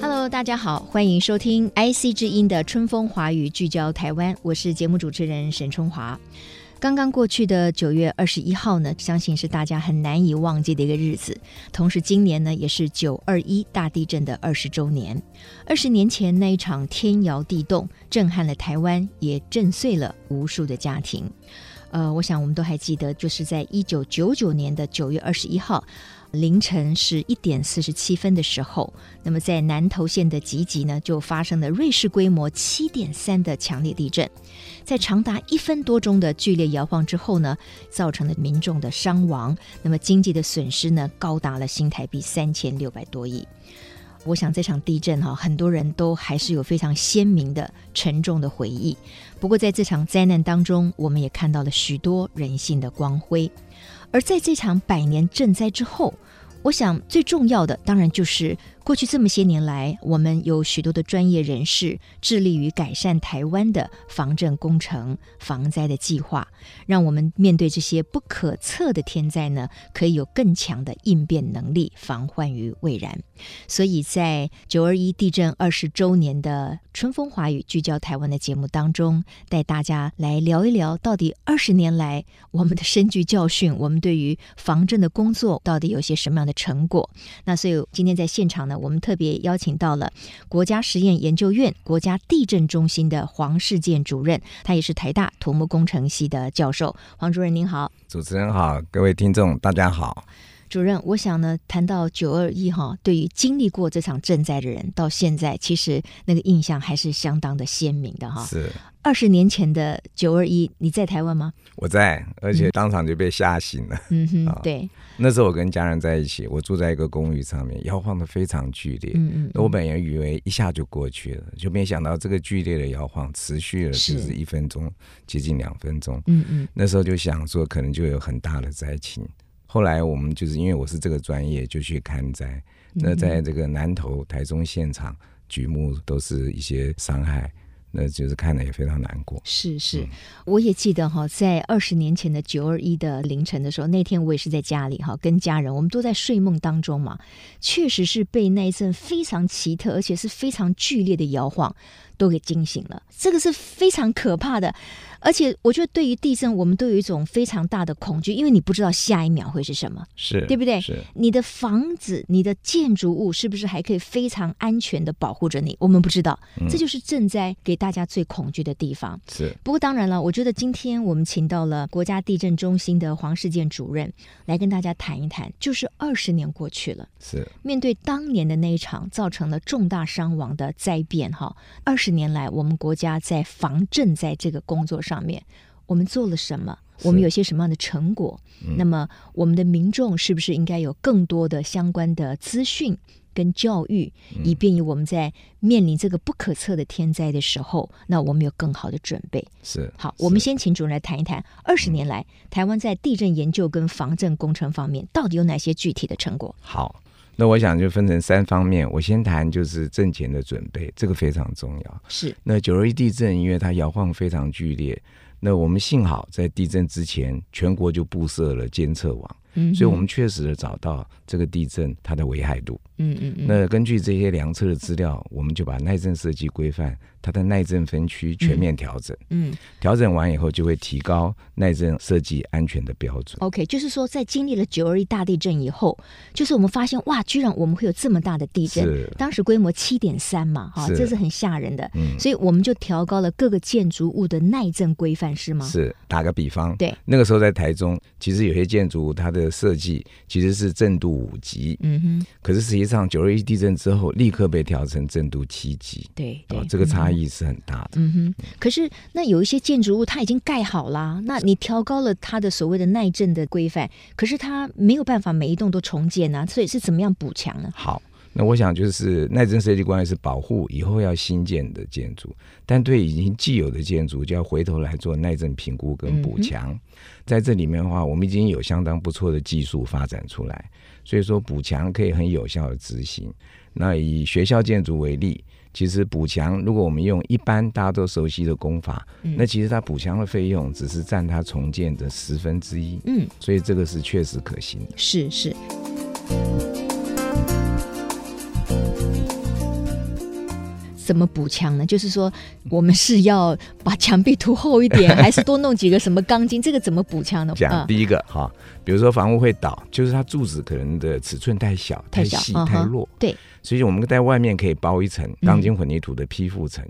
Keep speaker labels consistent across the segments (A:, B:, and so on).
A: Hello，大家好，欢迎收听 IC 之音的春风华语聚焦台湾，我是节目主持人沈春华。刚刚过去的九月二十一号呢，相信是大家很难以忘记的一个日子。同时，今年呢也是九二一大地震的二十周年。二十年前那一场天摇地动，震撼了台湾，也震碎了无数的家庭。呃，我想我们都还记得，就是在一九九九年的九月二十一号凌晨是一点四十七分的时候，那么在南投县的集集呢，就发生了瑞士规模七点三的强烈地震，在长达一分多钟的剧烈摇晃之后呢，造成了民众的伤亡，那么经济的损失呢，高达了新台币三千六百多亿。我想这场地震哈、很多人都还是有非常鲜明的、沉重的回忆。不过在这场灾难当中，我们也看到了许多人性的光辉。而在这场百年赈灾之后，我想最重要的当然就是过去这么些年来，我们有许多的专业人士致力于改善台湾的防震工程、防灾的计划，让我们面对这些不可测的天灾呢，可以有更强的应变能力，防患于未然。所以在九二一地震二十周年的春风华语聚焦台湾的节目当中，带大家来聊一聊，到底二十年来我们的深具教训，我们对于防震的工作到底有些什么样的成果？那所以今天在现场呢，我们特别邀请到了国家实验研究院国家地震中心的黄世健主任，他也是台大土木工程系的教授。黄主任您好。
B: 主持人好，各位听众大家好。
A: 主任，我想呢，谈到九二一哈，对于经历过这场震灾的人，到现在其实那个印象还是相当的鲜明的哈。
B: 是
A: 二十年前的九二一，你在台湾吗？
B: 我在，而且当场就被吓醒了。
A: 嗯哼
B: 啊，
A: 对，
B: 那时候我跟家人在一起，我住在一个公寓上面，摇晃的非常剧烈。
A: 嗯嗯嗯，
B: 我本来以为一下就过去了，就没想到这个剧烈的摇晃持续了就是
A: 是
B: 一分钟，接近两分钟。
A: 嗯嗯
B: 那时候就想说，可能就有很大的灾情。后来我们就是因为我是这个专业，就去看灾。
A: 嗯
B: 那在这个南投、台中现场，局目都是一些伤害，那就是看了也非常难过。
A: 是是，我也记得哈，在二十年前的九二一的凌晨的时候，那天我也是在家里哈，跟家人，我们都在睡梦当中嘛，确实是被那一阵非常奇特而且是非常剧烈的摇晃都给惊醒了，这个是非常可怕的。而且我觉得对于地震，我们都有一种非常大的恐惧，因为你不知道下一秒会是什么。
B: 是
A: 对不对
B: 是
A: 你的房子、你的建筑物是不是还可以非常安全的保护着你？我们不知道，这就是赈灾给大家最恐惧的地方。
B: 是
A: 不过当然了，我觉得今天我们请到了国家地震中心的黄世健主任来跟大家谈一谈，就是二十年过去了，
B: 是
A: 面对当年的那一场造成了重大伤亡的灾变，哈，二十年来我们国家在防震灾这个工作上面，我们做了什么？
B: 是
A: 我们有些什么样的成果？那么我们的民众是不是应该有更多的相关的资讯？跟教育，以便于我们在面临这个不可测的天灾的时候，那我们有更好的准备。
B: 是
A: 好，
B: 是嗯
A: 我们先请主任来谈一谈，二十年来、台湾在地震研究跟防震工程方面到底有哪些具体的成果？
B: 好。那我想就分成三方面，我先谈就是挣钱的准备，这个非常重要。
A: 是，
B: 那九二一地震，因为它摇晃非常剧烈，那我们幸好在地震之前，全国就布设了监测网，
A: 嗯哼
B: 所以我们确实的找到这个地震它的危害度。
A: 嗯嗯嗯，
B: 那根据这些量测的资料，我们就把耐震设计规范它的耐震分区全面调整，
A: 嗯
B: 调整完以后就会提高耐震设计安全的标准。
A: ，OK，就是说在经历了九二一大地震以后，就是我们发现哇，居然我们会有这么大的地震，
B: 是
A: 当时规模七点三嘛，哈、
B: 是
A: 这是很吓人的，
B: 嗯
A: 所以我们就调高了各个建筑物的耐震规范，是吗？
B: 是，打个比方，
A: 对，
B: 那个时候在台中，其实有些建筑物它的设计其实是震度五级，
A: 嗯哼，
B: 可是实际上九二一地震之后立刻被调成震度七级，
A: 对对，
B: 哦，这个差
A: 嗯
B: 异是很大的。
A: 嗯哼，可是那有一些建筑物它已经盖好啦，那你调高了它的所谓的耐震的规范，可是它没有办法每一栋都重建啊，所以是怎么样补强呢？
B: 好，那我想就是耐震设计关系是保护以后要新建的建筑，但对已经既有的建筑就要回头来做耐震评估跟
A: 嗯
B: 补强。在这里面的话，我们已经有相当不错的技术发展出来，所以说补强可以很有效的执行。那以学校建筑为例，其实补强如果我们用一般大家都熟悉的工法，
A: 嗯
B: 那其实它补强的费用只是占它重建的十分之一，
A: 嗯，
B: 所以这个是确实可行的。
A: 是是。怎么补墙呢？就是说，我们是要把墙壁涂厚一点，还是多弄几个什么钢筋？这个怎么补 墙呢？
B: 讲
A: 啊，
B: 第一个哈、比如说房屋会倒，就是它柱子可能的尺寸太小、
A: 太小
B: 细、
A: 嗯哼嗯
B: 太弱，
A: 对，
B: 所以我们在外面可以包一层钢筋混凝土的批复层，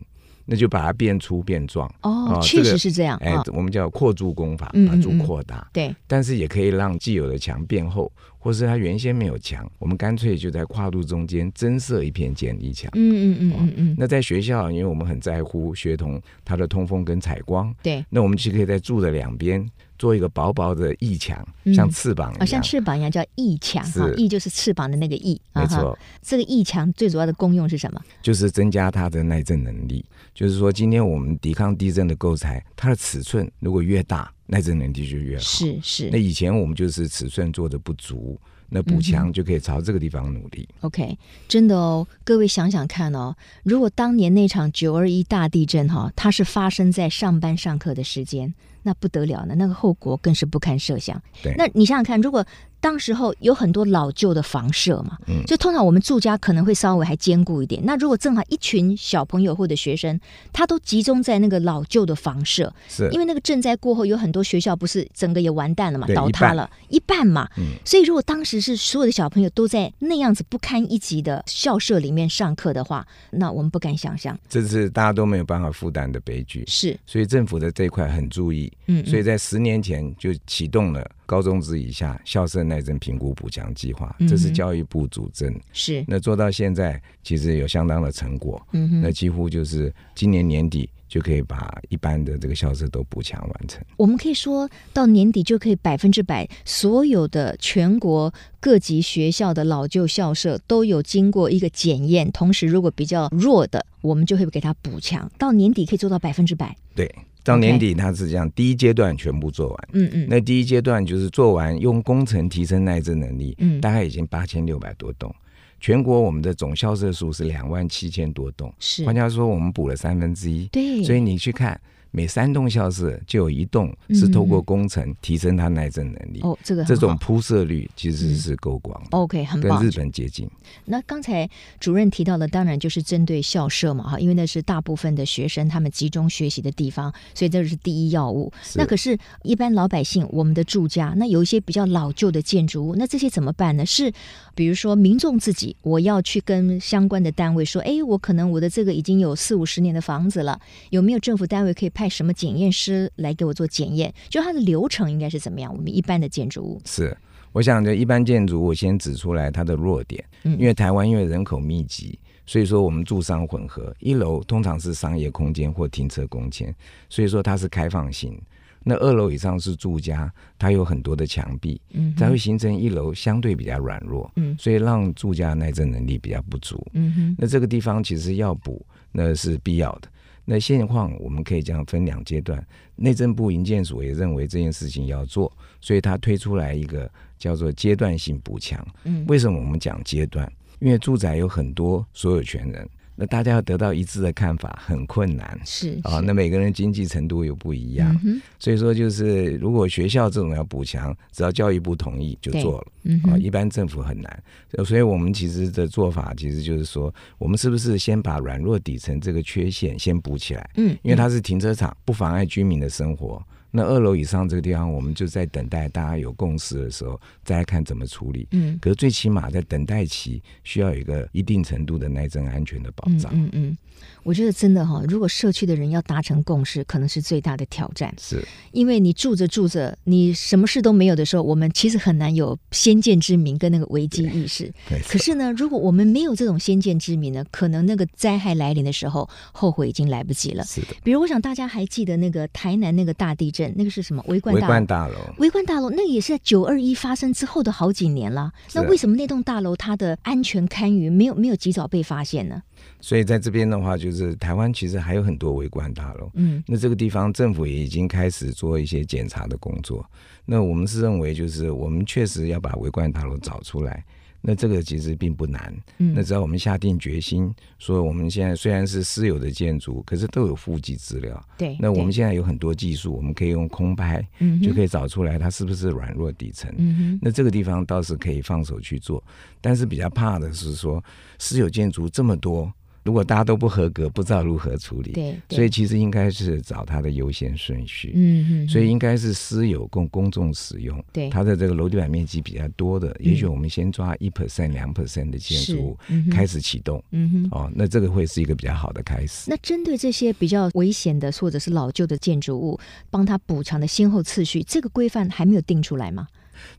B: 那就把它变粗变壮。
A: 哦，
B: 哦
A: 确
B: 这
A: 实
B: 个
A: 是这样
B: 哎
A: 啊，，
B: 我们叫扩柱工法，
A: 嗯
B: 把柱
A: 嗯嗯
B: 扩大，
A: 对，
B: 但是也可以让既有的墙变厚，或是它原先没有墙，我们干脆就在跨度中间增设一片简易墙。
A: 嗯嗯嗯嗯嗯，
B: 那在学校，因为我们很在乎学童他的通风跟采光，
A: 对，
B: 那我们就可以在柱的两边做一个薄薄的翼墙
A: 嗯，
B: 像翅膀
A: 哦，
B: 一
A: 像
B: 样。
A: 翅膀一样叫翼墙哈
B: 是，
A: 翼就是翅膀的那个翼，
B: 没
A: 啊哈
B: 错，
A: 这个翼墙最主要的功用是什么？
B: 就是增加它的耐震能力。就是说，今天我们抵抗地震的构材，它的尺寸如果越大，耐震能力就越好。
A: 是是
B: 那以前我们就是尺寸做的不足，那
A: 嗯
B: 补强就可以朝这个地方努力。
A: ，OK，真的哦，各位想想看哦，如果当年那场九二一大地震哈、它是发生在上班上课的时间，那不得了呢，那个后果更是不堪设想。
B: 对
A: 那你想想看，如果当时候有很多老旧的房舍嘛，
B: 嗯
A: 就通常我们住家可能会稍微还坚固一点。那如果正好一群小朋友或者学生，他都集中在那个老旧的房舍，
B: 是
A: 因为那个震灾过后，有很多学校不是整个也完蛋了嘛，
B: 对
A: 倒
B: 一
A: 塌
B: 半
A: 了一半嘛。
B: 嗯
A: 所以如果当时是所有的小朋友都在那样子不堪一击的校舍里面上课的话，那我们不敢想象。
B: 这是大家都没有办法负担的悲剧。
A: 是，
B: 所以政府的这一块很注意，
A: 嗯嗯
B: 所以在十年前就启动了高中职以下校舍耐震评估补强计划，
A: 嗯哼
B: 这是教育部主政。
A: 是，
B: 那做到现在，其实有相当的成果，
A: 嗯哼。
B: 那几乎就是今年年底就可以把一般的这个校舍都补强完成。
A: 我们可以说到年底就可以百分之百，所有的全国各级学校的老旧校舍都有经过一个检验，同时如果比较弱的，我们就会给它补强，到年底可以做到百分之百。
B: 对，到年底它是这样，第一阶段全部做完。
A: 嗯嗯，
B: 那第一阶段就是做完用工程提升耐震能力，
A: 嗯
B: 大概已经八千六百多栋，全国我们的总校舍数是两万七千多栋，
A: 是
B: 换句话说，我们补了三分之一。
A: 对，
B: 所以你去看，每三栋校舍就有一栋
A: 嗯
B: 是透过工程提升它耐震能力。
A: 哦，这个很
B: 这种
A: 好嗯
B: 铺设率其实是够广的，
A: OK 很
B: 跟
A: 棒
B: 日。本接近。
A: 那刚才主任提到的，当然就是针对校舍嘛，哈，因为那是大部分的学生他们集中学习的地方，所以这是第一要务。
B: 是
A: 那可是，一般老百姓我们的住家，那有一些比较老旧的建筑物，那这些怎么办呢？是比如说民众自己，我要去跟相关的单位说，哎，我可能我的这个已经有四五十年的房子了，有没有政府单位可以派什么检验师来给我做检验？就它的流程应该是怎么样？我们一般的建筑物，
B: 是，我想着一般建筑，我先指出来它的弱点，
A: 嗯
B: 因为台湾因为人口密集，所以说我们住商混合，一楼通常是商业空间或停车空间，所以说它是开放性。那二楼以上是住家，它有很多的墙壁，
A: 嗯哼
B: 才会形成一楼相对比较软弱，
A: 嗯
B: 所以让住家耐震能力比较不足。
A: 嗯哼，
B: 那这个地方其实要补，那是必要的。那现况我们可以这样分两阶段，内政部营建署也认为这件事情要做，所以他推出来一个叫做阶段性补强。
A: 嗯
B: 为什么我们讲阶段？因为住宅有很多所有权人，那大家要得到一致的看法很困难
A: 是
B: 啊、
A: 是
B: 那每个人经济程度又不一样
A: 嗯，哼
B: 所以说就是如果学校这种要补强，只要教育部同意就
A: 对
B: 做了。
A: 嗯
B: 啊，
A: 哼，
B: 一般政府很难，呃所以我们其实的做法其实就是说，我们是不是先把软弱底层这个缺陷先补起来？
A: 嗯，
B: 因为它是停车场，不妨碍居民的生活。那二楼以上这个地方，我们就在等待大家有共识的时候，再来看怎么处理。
A: 嗯
B: 可是最起码在等待期，需要有一个一定程度的耐震安全的保
A: 嗯
B: 障。
A: 嗯嗯，我觉得真的哈、如果社区的人要达成共识，可能是最大的挑战。
B: 是
A: 因为你住着住着，你什么事都没有的时候，我们其实很难有先见之明跟那个危机意识。
B: 没
A: 可
B: 错，
A: 是呢，如果我们没有这种先见之明呢，可能那个灾害来临的时候，后悔已经来不及了。
B: 是的，
A: 比如，我想大家还记得那个台南那个大地震，任，那个是什么？维冠
B: 围
A: 大楼
B: 观。大楼，
A: 围观大楼那个也是在九二一发生之后的好几年了。
B: 是
A: 那
B: 啊
A: 为什么那栋大楼它的安全堪舆没有没有及早被发现呢？
B: 所以在这边的话，就是台湾其实还有很多围观大楼。
A: 嗯
B: 那这个地方政府也已经开始做一些检查的工作。那我们是认为，就是我们确实要把围观大楼找出来。那这个其实并不难，那
A: 嗯
B: 只要我们下定决心，说我们现在虽然是私有的建筑，可是都有户籍资料。
A: 对。
B: 那我们
A: 对
B: 现在有很多技术，我们可以用空拍
A: 嗯
B: 就可
A: 以
B: 以找出来它是不是软弱底层。
A: 嗯
B: 那这个地方倒是可以放手去做，但是比较怕的是说，私有建筑这么多，如果大家都不合格，不知道如何处
A: 哼
B: 理。
A: 对，对
B: 所以其实应该是找它的优先顺序。
A: 嗯嗯
B: 所以应该是私有供公众使用，
A: 对嗯
B: 它的这个楼地板面积比较多的，也许我们先抓一 percent、两 percent 的建筑物
A: 是嗯哼
B: 开始启动，
A: 嗯哼。
B: 哦，那这个会是一个比较好的开始。
A: 那针对这些比较危险的或者是老旧的建筑物，帮它补偿的先后次序，这个规范还没有定出来吗？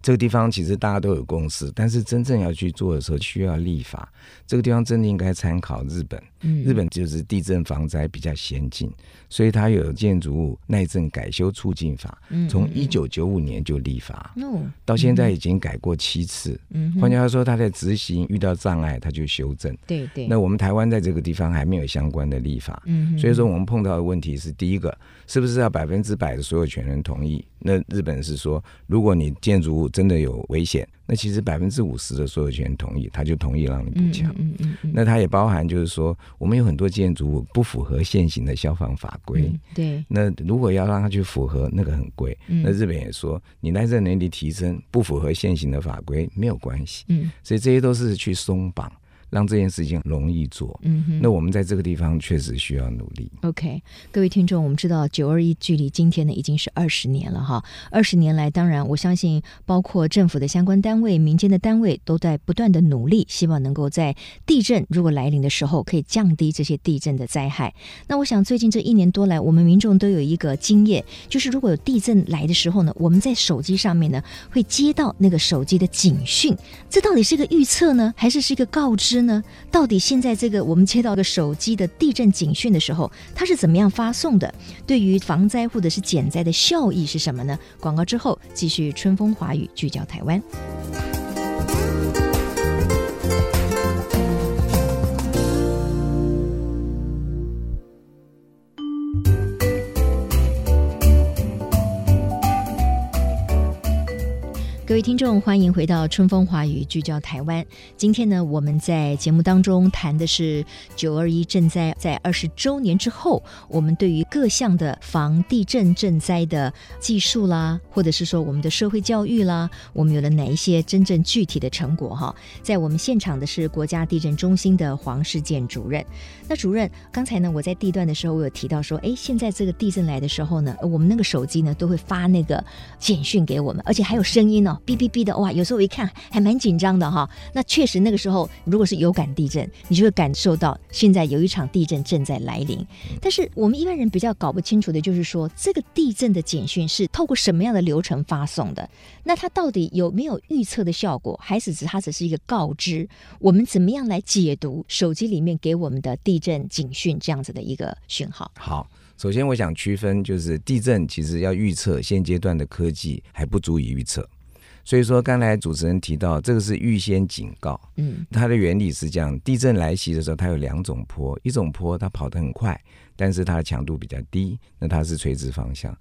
B: 这个地方其实大家都有共识，但是真正要去做的时候需要立法。这个地方真的应该参考日本，
A: 嗯
B: 日本就是地震防灾比较先进，所以它有建筑物耐震改修促进法，
A: 嗯
B: 从一九九五年就立法，
A: no，
B: 到现在已经改过七次。
A: 嗯哼
B: 换句话说，它在执行遇到障碍，它就修正。
A: 对对，
B: 那我们台湾在这个地方还没有相关的立法，
A: 嗯哼
B: 所以说我们碰到的问题是，第一个是不是要百分之百的所有权人同意？那日本是说，如果你建筑物真的有危险，那其实百分之五十的所有权人同意，他就同意让你补
A: 嗯
B: 强。
A: 嗯嗯嗯，
B: 那它也包含，就是说，我们有很多建筑物不符合现行的消防法规，
A: 嗯对，
B: 那如果要让它去符合，那个很贵。
A: 嗯
B: 那日本也说，你耐震能力提升不符合现行的法规没有关系，
A: 嗯
B: 所以这些都是去松绑，让这件事情容易做。
A: 嗯哼。
B: 那我们在这个地方确实需要努力。
A: OK，各位听众，我们知道九二一距离今天呢已经是二十年了哈。二十年来，当然我相信包括政府的相关单位、民间的单位都在不断的努力，希望能够在地震如果来临的时候，可以降低这些地震的灾害。那我想最近这一年多来，我们民众都有一个经验，就是如果有地震来的时候呢，我们在手机上面呢会接到那个手机的警讯，这到底是个预测呢，还是是一个告知呢？到底现在这个我们接到的手机的地震警讯的时候，它是怎么样发送的？对于防灾或者是减灾的效益是什么呢？广告之后继续春风华语聚焦台湾。各位听众，欢迎回到春风华语聚焦台湾。今天呢，我们在节目当中谈的是九二一赈灾在二十周年之后，我们对于各项的防地震赈灾的技术啦，或者是说我们的社会教育啦，我们有了哪一些真正具体的成果哈？在我们现场的是国家地震中心的黄世建主任。那主任，刚才呢，我在地段的时候，我有提到说，哎，现在这个地震来的时候呢，呃我们那个手机呢都会发那个简讯给我们，而且还有声音哦，哔哔哔的，哇，有时候我一看还蛮紧张的哈。那确实那个时候，如果是有感地震，你就会感受到现在有一场地震正在来临。但是我们一般人比较搞不清楚的就是说，这个地震的简讯是透过什么样的流程发送的？那它到底有没有预测的效果，还是只它只是一个告知？我们怎么样来解读手机里面给我们的地震警讯这样子的一个讯号？
B: 好，首先我想区分，就是地震其实要预测，现阶段的科技还不足以预测。所以说，刚才主持人提到，这个是预先警告，
A: 嗯
B: 它的原理是这样：地震来袭的时候，它有两种坡，一种坡它跑得很快，但是它的强度比较低，那它是垂直方向；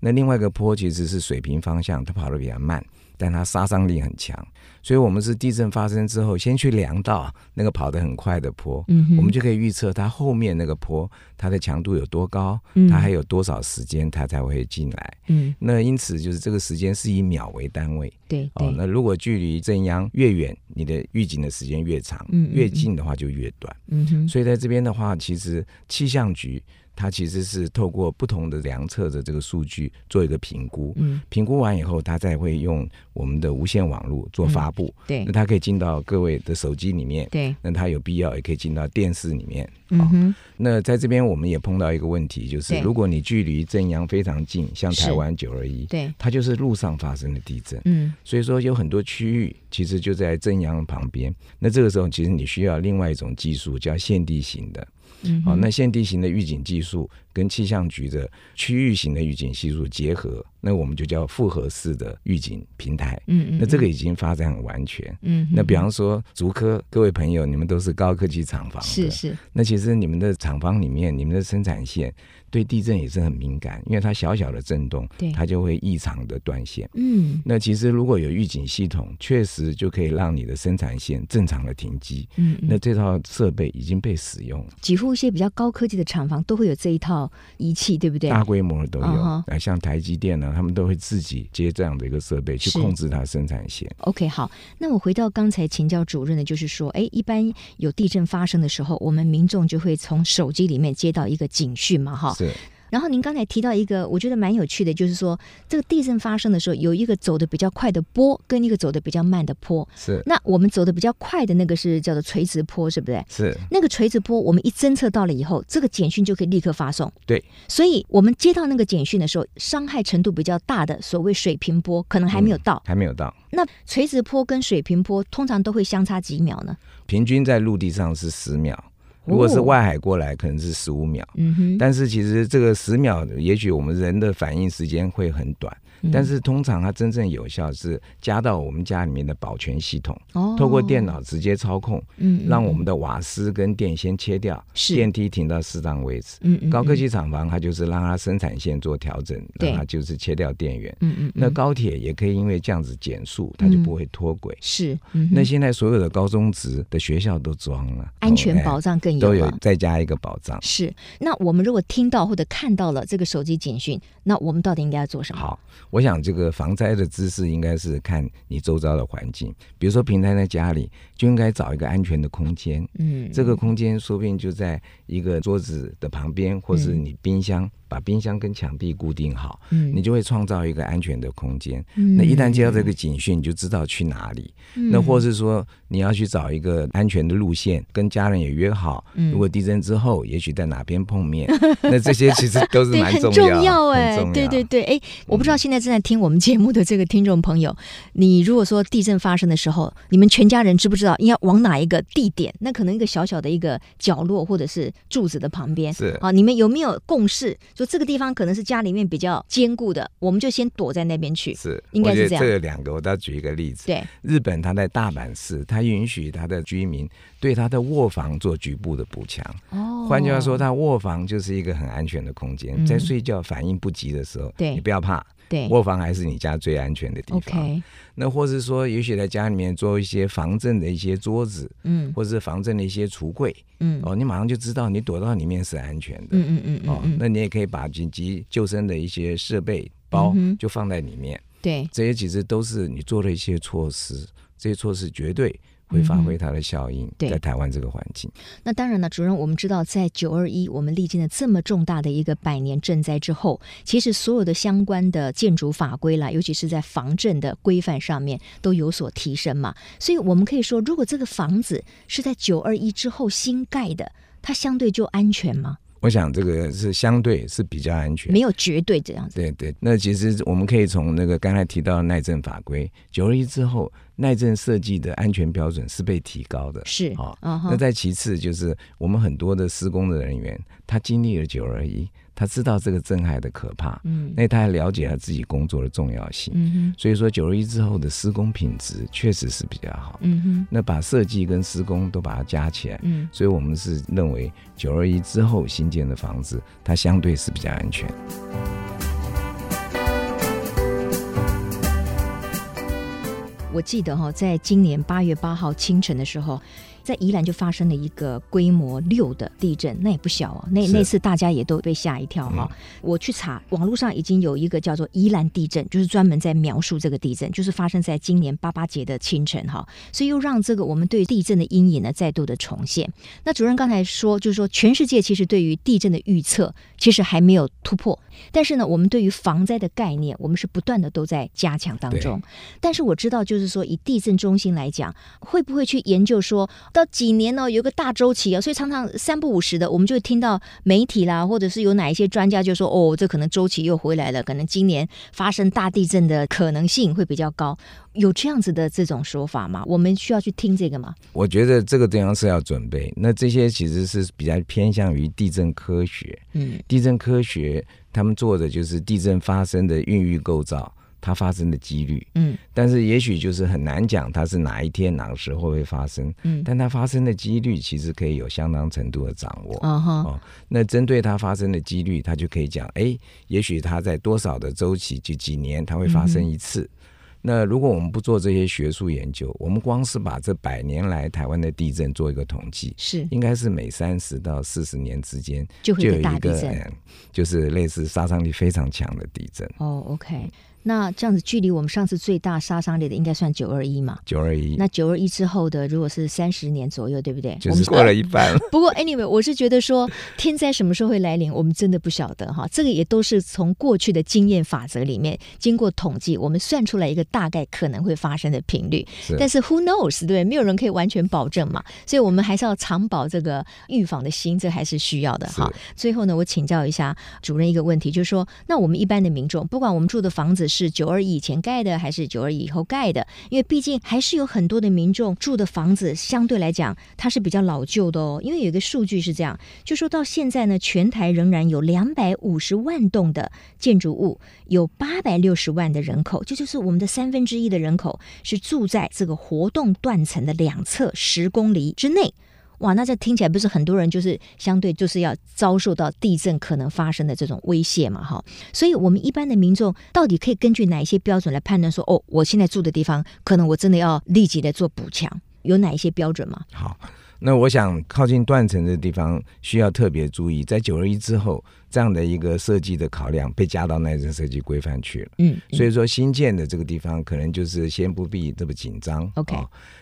B: 那另外一个坡其实是水平方向，它跑得比较慢，但它杀伤力很强。所以我们是地震发生之后，先去量到那个跑得很快的坡，
A: 嗯哼
B: 我们就可以预测它后面那个坡它的强度有多高
A: 嗯，
B: 它还有多少时间它才会进来。
A: 嗯，
B: 那因此就是这个时间是以秒为单位。
A: 对对，
B: 哦，那如果距离正央越远，你的预警的时间越长；
A: 嗯嗯
B: 越近的话就越短。
A: 嗯哼，
B: 所以在这边的话，其实气象局它其实是透过不同的量测的这个数据做一个评估，
A: 嗯
B: 评估完以后，它再会用我们的无线网络做发布。
A: 对
B: 那它可以进到各位的手机里面，
A: 对，
B: 那它有必要也可以进到电视里面。哦
A: 嗯哼，
B: 那在这边我们也碰到一个问题，就是
A: 对
B: 如果你距离正央非常近，像
A: 是
B: 台湾九二一，
A: 对，
B: 它就是路上发生的地震。
A: 嗯
B: 所以说有很多区域其实就在正阳旁边。那这个时候，其实你需要另外一种技术，叫限地型的。
A: 嗯
B: 好、
A: 哼
B: 哦那现地形的预警技术跟气象局的区域型的预警技术结合，那我们就叫复合式的预警平台。
A: 嗯嗯，
B: 那
A: 嗯
B: 这个已经发展很完全。
A: 嗯，
B: 那比
A: 嗯
B: 方说竹科，各位朋友，你们都是高科技厂房的，
A: 是是，
B: 那其实你们的厂房里面，你们的生产线对地震也是很敏感，因为它小小的震动
A: 对，
B: 它就会异常的断线。
A: 嗯
B: 那其实如果有预警系统，确实就可以让你的生产线正常的停机。
A: 嗯，嗯
B: 那这套设备已经被使用了，
A: 几乎一些比较高科技的厂房都会有这一套仪器，对不对？
B: 大规模的都有。
A: 嗯
B: 啊，像台积电呢，他们都会自己接这样的一个设备去
A: 是
B: 控制它生产线。
A: OK，好，那我回到刚才请教主任的，就是说，哎，一般有地震发生的时候，我们民众就会从手机里面接到一个警讯嘛，哈。
B: 是
A: 然后您刚才提到一个，我觉得蛮有趣的，就是说这个地震发生的时候，有一个走的比较快的坡，跟一个走的比较慢的坡。
B: 是
A: 那我们走的比较快的那个是叫做垂直坡，是不是？
B: 是，
A: 那个垂直坡，我们一侦测到了以后，这个简讯就可以立刻发送。
B: 对，
A: 所以我们接到那个简讯的时候，伤害程度比较大的所谓水平波，可能还没有到。
B: 还没有到。
A: 那垂直坡跟水平坡通常都会相差几秒呢？
B: 平均在陆地上是十秒，如果是
A: 哦
B: 外海过来，可能是十五秒。
A: 嗯哼，
B: 但是其实这个十秒，也许我们人的反应时间会很短，
A: 嗯
B: 但是通常它真正有效是加到我们家里面的保全系统，
A: 哦
B: 嗯透过电，脑直接操控，
A: 嗯，嗯
B: 让我们的瓦斯跟电先切掉，
A: 是
B: 电梯停到适当位置。
A: 嗯嗯
B: 高科技厂房它就是让它生产线做调整，
A: 对
B: 让它就是切掉电源。
A: 嗯嗯，
B: 那
A: 嗯
B: 高铁也可以因为这样子减速，它就不会脱轨。
A: 是嗯哼
B: 那现在所有的高中职的学校都装了
A: 安全
B: 哦
A: 保障更啊
B: 哎都有
A: 了。
B: 再加一个保障。
A: 是，那我们如果听到或者看到了这个手机简讯，那我们到底应该要做什么？，
B: 好，我想这个防灾的知识应该是看你周遭的环境，比如说平常在家里就应该找一个安全的空间，
A: 嗯，
B: 这个空间说不定就在一个桌子的旁边，或是你冰箱，把冰箱跟墙壁固定好，
A: 嗯
B: 你就会创造一个安全的空间。
A: 嗯
B: 那一旦接到这个警讯，你就知道去哪里。那或是说你要去找一个安全的路线，跟家人也约好。
A: 嗯
B: 如果地震之后，也许在哪边 碰面，那这些其实都是
A: 对，
B: 蛮
A: 很
B: 重
A: 重要
B: 很
A: 哎、
B: 重要嗯
A: 对对对，哎，我不知道现在正在听我们节目的这个听众朋友，你如果说地震发生的时候，你们全家人知不知道应该往哪一个地点？那可能一个小小的一个角落或者是柱子的旁边，
B: 是
A: 啊，你们有没有共识？说这个地方可能是家里面比较坚固的，我们就先躲在那边去。
B: 是，
A: 应该
B: 我
A: 是
B: 觉得
A: 这样
B: 这两个，我倒举一个例子。
A: 对，
B: 日本它在大阪市，它允许它的居民对它的卧房做局部的补强。
A: 哦
B: 换句话说，，它卧房就是一个很安全的空间，
A: 嗯
B: 在睡觉反应不及的时候，
A: 对
B: 你不要怕，
A: 对
B: 卧房还是你家最安全的地方。
A: ，OK，
B: 那或是说，也许在家里面做一些防震的一些桌子，
A: 嗯
B: 或是防震的一些橱柜，
A: 嗯
B: 哦，你马上就知道你躲到里面是安全的。
A: 嗯嗯嗯嗯
B: 哦，
A: 嗯，
B: 那你也可以把紧急救生的一些设备包
A: 嗯哼嗯
B: 就放在里面。
A: 对，
B: 这些其实都是你做了一些措施，这些措施绝对会发挥它的效应，
A: 嗯对
B: 在台湾这个环境。
A: 那当然了，主任，我们知道，在九二一我们历经了这么重大的一个百年赈灾之后，其实所有的相关的建筑法规啦，尤其是在防震的规范上面都有所提升嘛。所以我们可以说，如果这个房子是在九二一之后新盖的，它相对就安全吗？
B: 我想这个是相对是比较安全
A: 没。有绝对这样子。
B: 对对，那其实我们可以从那个刚才提到的耐震法规九二一之后，耐震设计的安全标准是被提高的。
A: 是
B: 哦，
A: 嗯哼
B: 那再其次就是我们很多的施工的人员，他经历了九二一，他知道这个震撼的可怕，
A: 嗯
B: 那他还了解他自己工作的重要性。
A: 嗯哼，
B: 所以说九二一之后的施工品质确实是比较好。
A: 嗯哼，
B: 那把设计跟施工都把它加起来，
A: 嗯。
B: 所以我们是认为九二一之后新建的房子，它相对是比较安全。
A: 我记得哈、在今年八月八号清晨的时候，在宜兰就发生了一个规模六的地震，那也不小哦。那
B: 是
A: 那次大家也都被吓一跳哈、哦我去查网络上已经有一个叫做宜兰地震，就是专门在描述这个地震，就是发生在今年八八节的清晨哈、所以又让这个我们对地震的阴影呢再度的重现。那主任刚才说，就是说全世界其实对于地震的预测其实还没有突破，但是呢，我们对于防灾的概念，我们是不断的都在加强当中。但是我知道，就是说以地震中心来讲，会不会去研究说到几年呢、有一个大周期啊，所以常常三不五时的，我们就会听到媒体啦，或者是有哪一些专家就说，哦，这可能周期又回来了，可能今年发生大地震的可能性会比较高，有这样子的这种说法吗？我们需要去听这个吗？
B: 我觉得这个地方是要准备。那这些其实是比较偏向于地震科学，
A: 嗯
B: 地震科学他们做的就是地震发生的孕育构造，它发生的几率。
A: 嗯
B: 但是也许就是很难讲它是哪一天哪个时候会发生，
A: 嗯，
B: 但它发生的几率其实可以有相当程度的掌握。
A: 啊哈，
B: 哦，那针对它发生的几率，它就可以讲，哎，也许它在多少的周期，就几年，它会发
A: 嗯
B: 生一次。那如果我们不做这些学术研究，我们光是把这百年来台湾的地震做一个统计，
A: 是
B: 应该是每三十到四十年之间
A: 就会
B: 就
A: 有
B: 有
A: 一个大
B: 一
A: 地
B: 个，
A: 震。
B: 嗯就是类似杀伤力非常强的地震，
A: 哦，OK，那这样子距离我们上次最大杀伤力的应该算九二一嘛？
B: 九二一，
A: 那九二一之后的，如果是三十年左右，对不对？
B: 嗯就
A: 我们
B: 是过了一 半了。
A: 不过，anyway，我是觉得说天灾什么时候会来临，我们真的不晓得哈。这个也都是从过去的经验法则里面经过统计，我们算出来一个大概可能会发生的频率。
B: 是
A: 但是 who knows，对不对，没有人可以完全保证嘛。所以我们还是要长保这个预防的心，这还是需要的哈。最后呢，我请教一下主任一个问题，就是说，那我们一般的民众，不管我们住的房子是九二以前盖的还是九二以后盖的，因为毕竟还是有很多的民众住的房子相对来讲它是比较老旧的哦。因为有一个数据是这样，就说到现在呢，全台仍然有两百五十万栋的建筑物，有八百六十万的人口，这就是我们的三分之一的人口是住在这个活动断层的两侧十公里之内。哇，那这听起来不是很多人就是相对就是要遭受到地震可能发生的这种威胁嘛，哈。所以我们一般的民众到底可以根据哪一些标准来判断说，哦，我现在住的地方可能我真的要立即的做补强，有哪一些标准吗？
B: 好，那我想靠近断层的地方需要特别注意，在九二一之后，这样的一个设计的考量被加到耐震设计规范去了。
A: 嗯，
B: 所以说，新建的这个地方可能就是先不必这么紧张哦
A: OK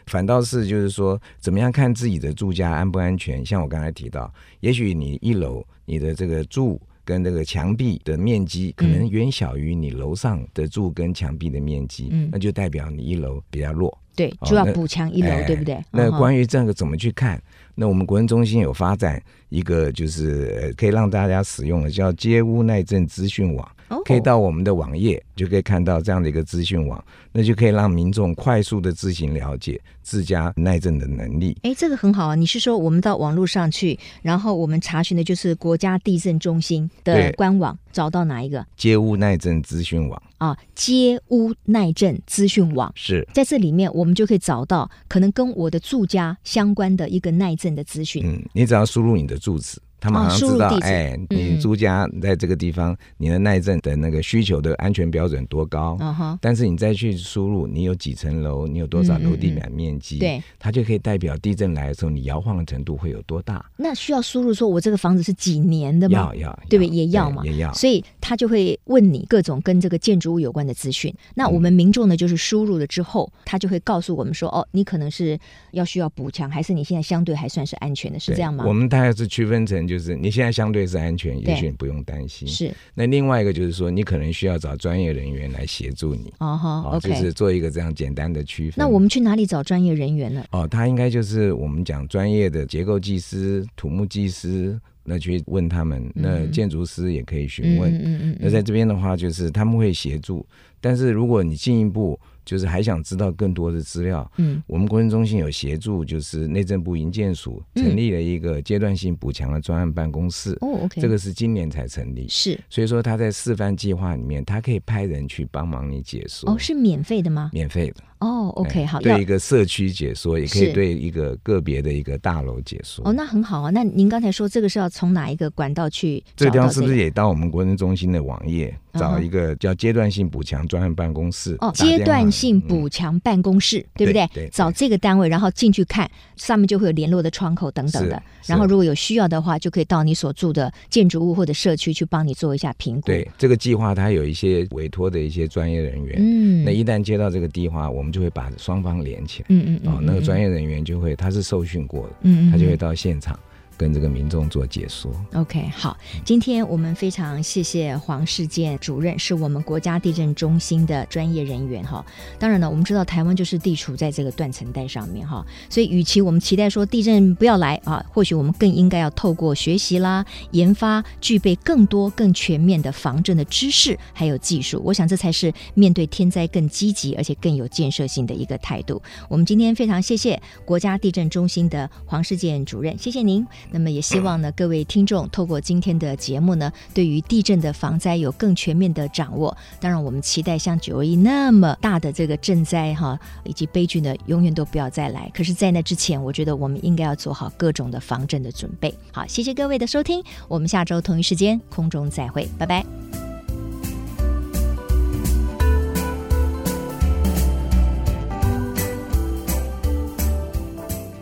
B: 反倒是就是说，怎么样看自己的住家安不安全？像我刚才提到，也许你一楼你的这个柱跟这个墙壁的面
A: 嗯
B: 积，可能远小于你楼上的柱跟墙壁的面积，
A: 嗯
B: 那就代表你一楼比较弱。
A: 对，
B: 哦
A: 就要
B: 那
A: 补强一楼，
B: 哎
A: 对不对？
B: 那
A: 嗯哼
B: 关于这个怎么去看？那我们国人中心有发展一个，就是呃可以让大家使用的，叫街屋耐震资讯网，
A: 哦
B: 可以到我们的网页就可以看到这样的一个资讯网，那就可以让民众快速的自行了解自家耐震的能力。
A: 哎，这个很好啊！你是说我们到网络上去，然后我们查询的就是国家地震中心的
B: 对
A: 官网，找到哪一个
B: 街屋耐震资讯网
A: 啊？街屋耐震资讯网。
B: 是
A: 在这里面，我们就可以找到可能跟我的住家相关的一个耐震的资讯。
B: 嗯，你只要输入你的住址，他马
A: 哦
B: 上
A: 输入
B: 知道，
A: 地址
B: 哎，你
A: 嗯
B: 住家在这个地方，你的耐震的那个需求的安全标准多高？
A: 啊哈，
B: 但是你再去输入你有几层楼，你有多少楼地板面
A: 嗯
B: 积，
A: 对，
B: 它就可以代表地震来的时候你摇晃的程度会有多大。
A: 那需要输入说我这个房子是几年的吗
B: 要？要，
A: 对不对？也要嘛，
B: 也要。
A: 所以他就会问你各种跟这个建筑物有关的资讯。那我们民众呢，就是输入了之后，他就会告诉我们说，哦，你可能是要需要补强，还是你现在相对还算是安全的，是
B: 对
A: 这样吗
B: 我？们大概是区分成，就是你现在相对是安全，
A: 对
B: 也许你不用担心。
A: 是，
B: 那另外一个就是说，你可能需要找专业人员来协助你，
A: 哦哈
B: 哦，就
A: ，OK。
B: 是做一个这样简单的区分。
A: 那我们去哪里找专业人员呢？
B: 哦，他应该就是我们讲专业的结构技师、土木技师，那去问他们。那建筑师也可以询问。
A: 嗯嗯
B: 那在这边的话，就是他们会协助，但是如果你进一步就是还想知道更多的资料，
A: 嗯，
B: 我们国政中心有协助，就是内政部营建署
A: 嗯
B: 成立了一个阶段性补强的专案办公室，
A: 哦，OK，
B: 这个是今年才成立，
A: 是
B: 所以说他在示范计划里面，他可以派人去帮忙你解说，
A: 哦，是免费的吗？
B: 免费的。
A: 哦，OK，
B: 哎
A: 好，要
B: 对一个社区解说，也可
A: 是
B: 以对一个个别的一个大楼解说。
A: 哦，那很好啊。那您刚才说这个是要从哪一个管道去
B: 这
A: 找
B: 个地
A: 到
B: 方
A: 这
B: 是
A: 个？
B: 不是也到我们国政中心的网页
A: 嗯哼
B: 找一个叫阶段性补强专案办公室？
A: 哦，
B: 打电
A: 阶
B: 话
A: 段性
B: 嗯
A: 补强办公室，对不对？
B: 对对
A: 找这个单位，然后进去看，上面就会有联络的窗口等等的。
B: 是是
A: 然后如果有需要的话，就可以到你所住的建筑物或者社区去帮你做一下评估。
B: 对，这个计划，它有一些委托的一些专业人员。
A: 嗯，
B: 那一旦接到这个计划，我们就会把双方连起来。
A: 嗯嗯嗯
B: 哦，那个专
A: 业，
B: 业人员就会，他是受训过的，
A: 嗯嗯，
B: 他就
A: 嗯
B: 会到现场跟这个民众做解说。
A: OK，好，今天我们非常谢谢黄世建主任，是我们国家地震中心的专业人员哈。当然了，我们知道台湾就是地处在这个断层带上面哈，所以与其我们期待说地震不要来啊，或许我们更应该要透过学习啦、研发，具备更多更全面的防震的知识还有技术。我想这才是面对天灾更积极而且更有建设性的一个态度。我们今天非常谢谢国家地震中心的黄世建主任，谢谢您。那么也希望呢，各位听众透过今天的节目呢，对于地震的防灾有更全面的掌握。当然，我们期待像九二一那么大的这个震灾哈，以及悲剧呢，永远都不要再来。可是，在那之前，我觉得我们应该要做好各种的防震的准备。好，谢谢各位的收听，我们下周同一时间空中再会，拜拜。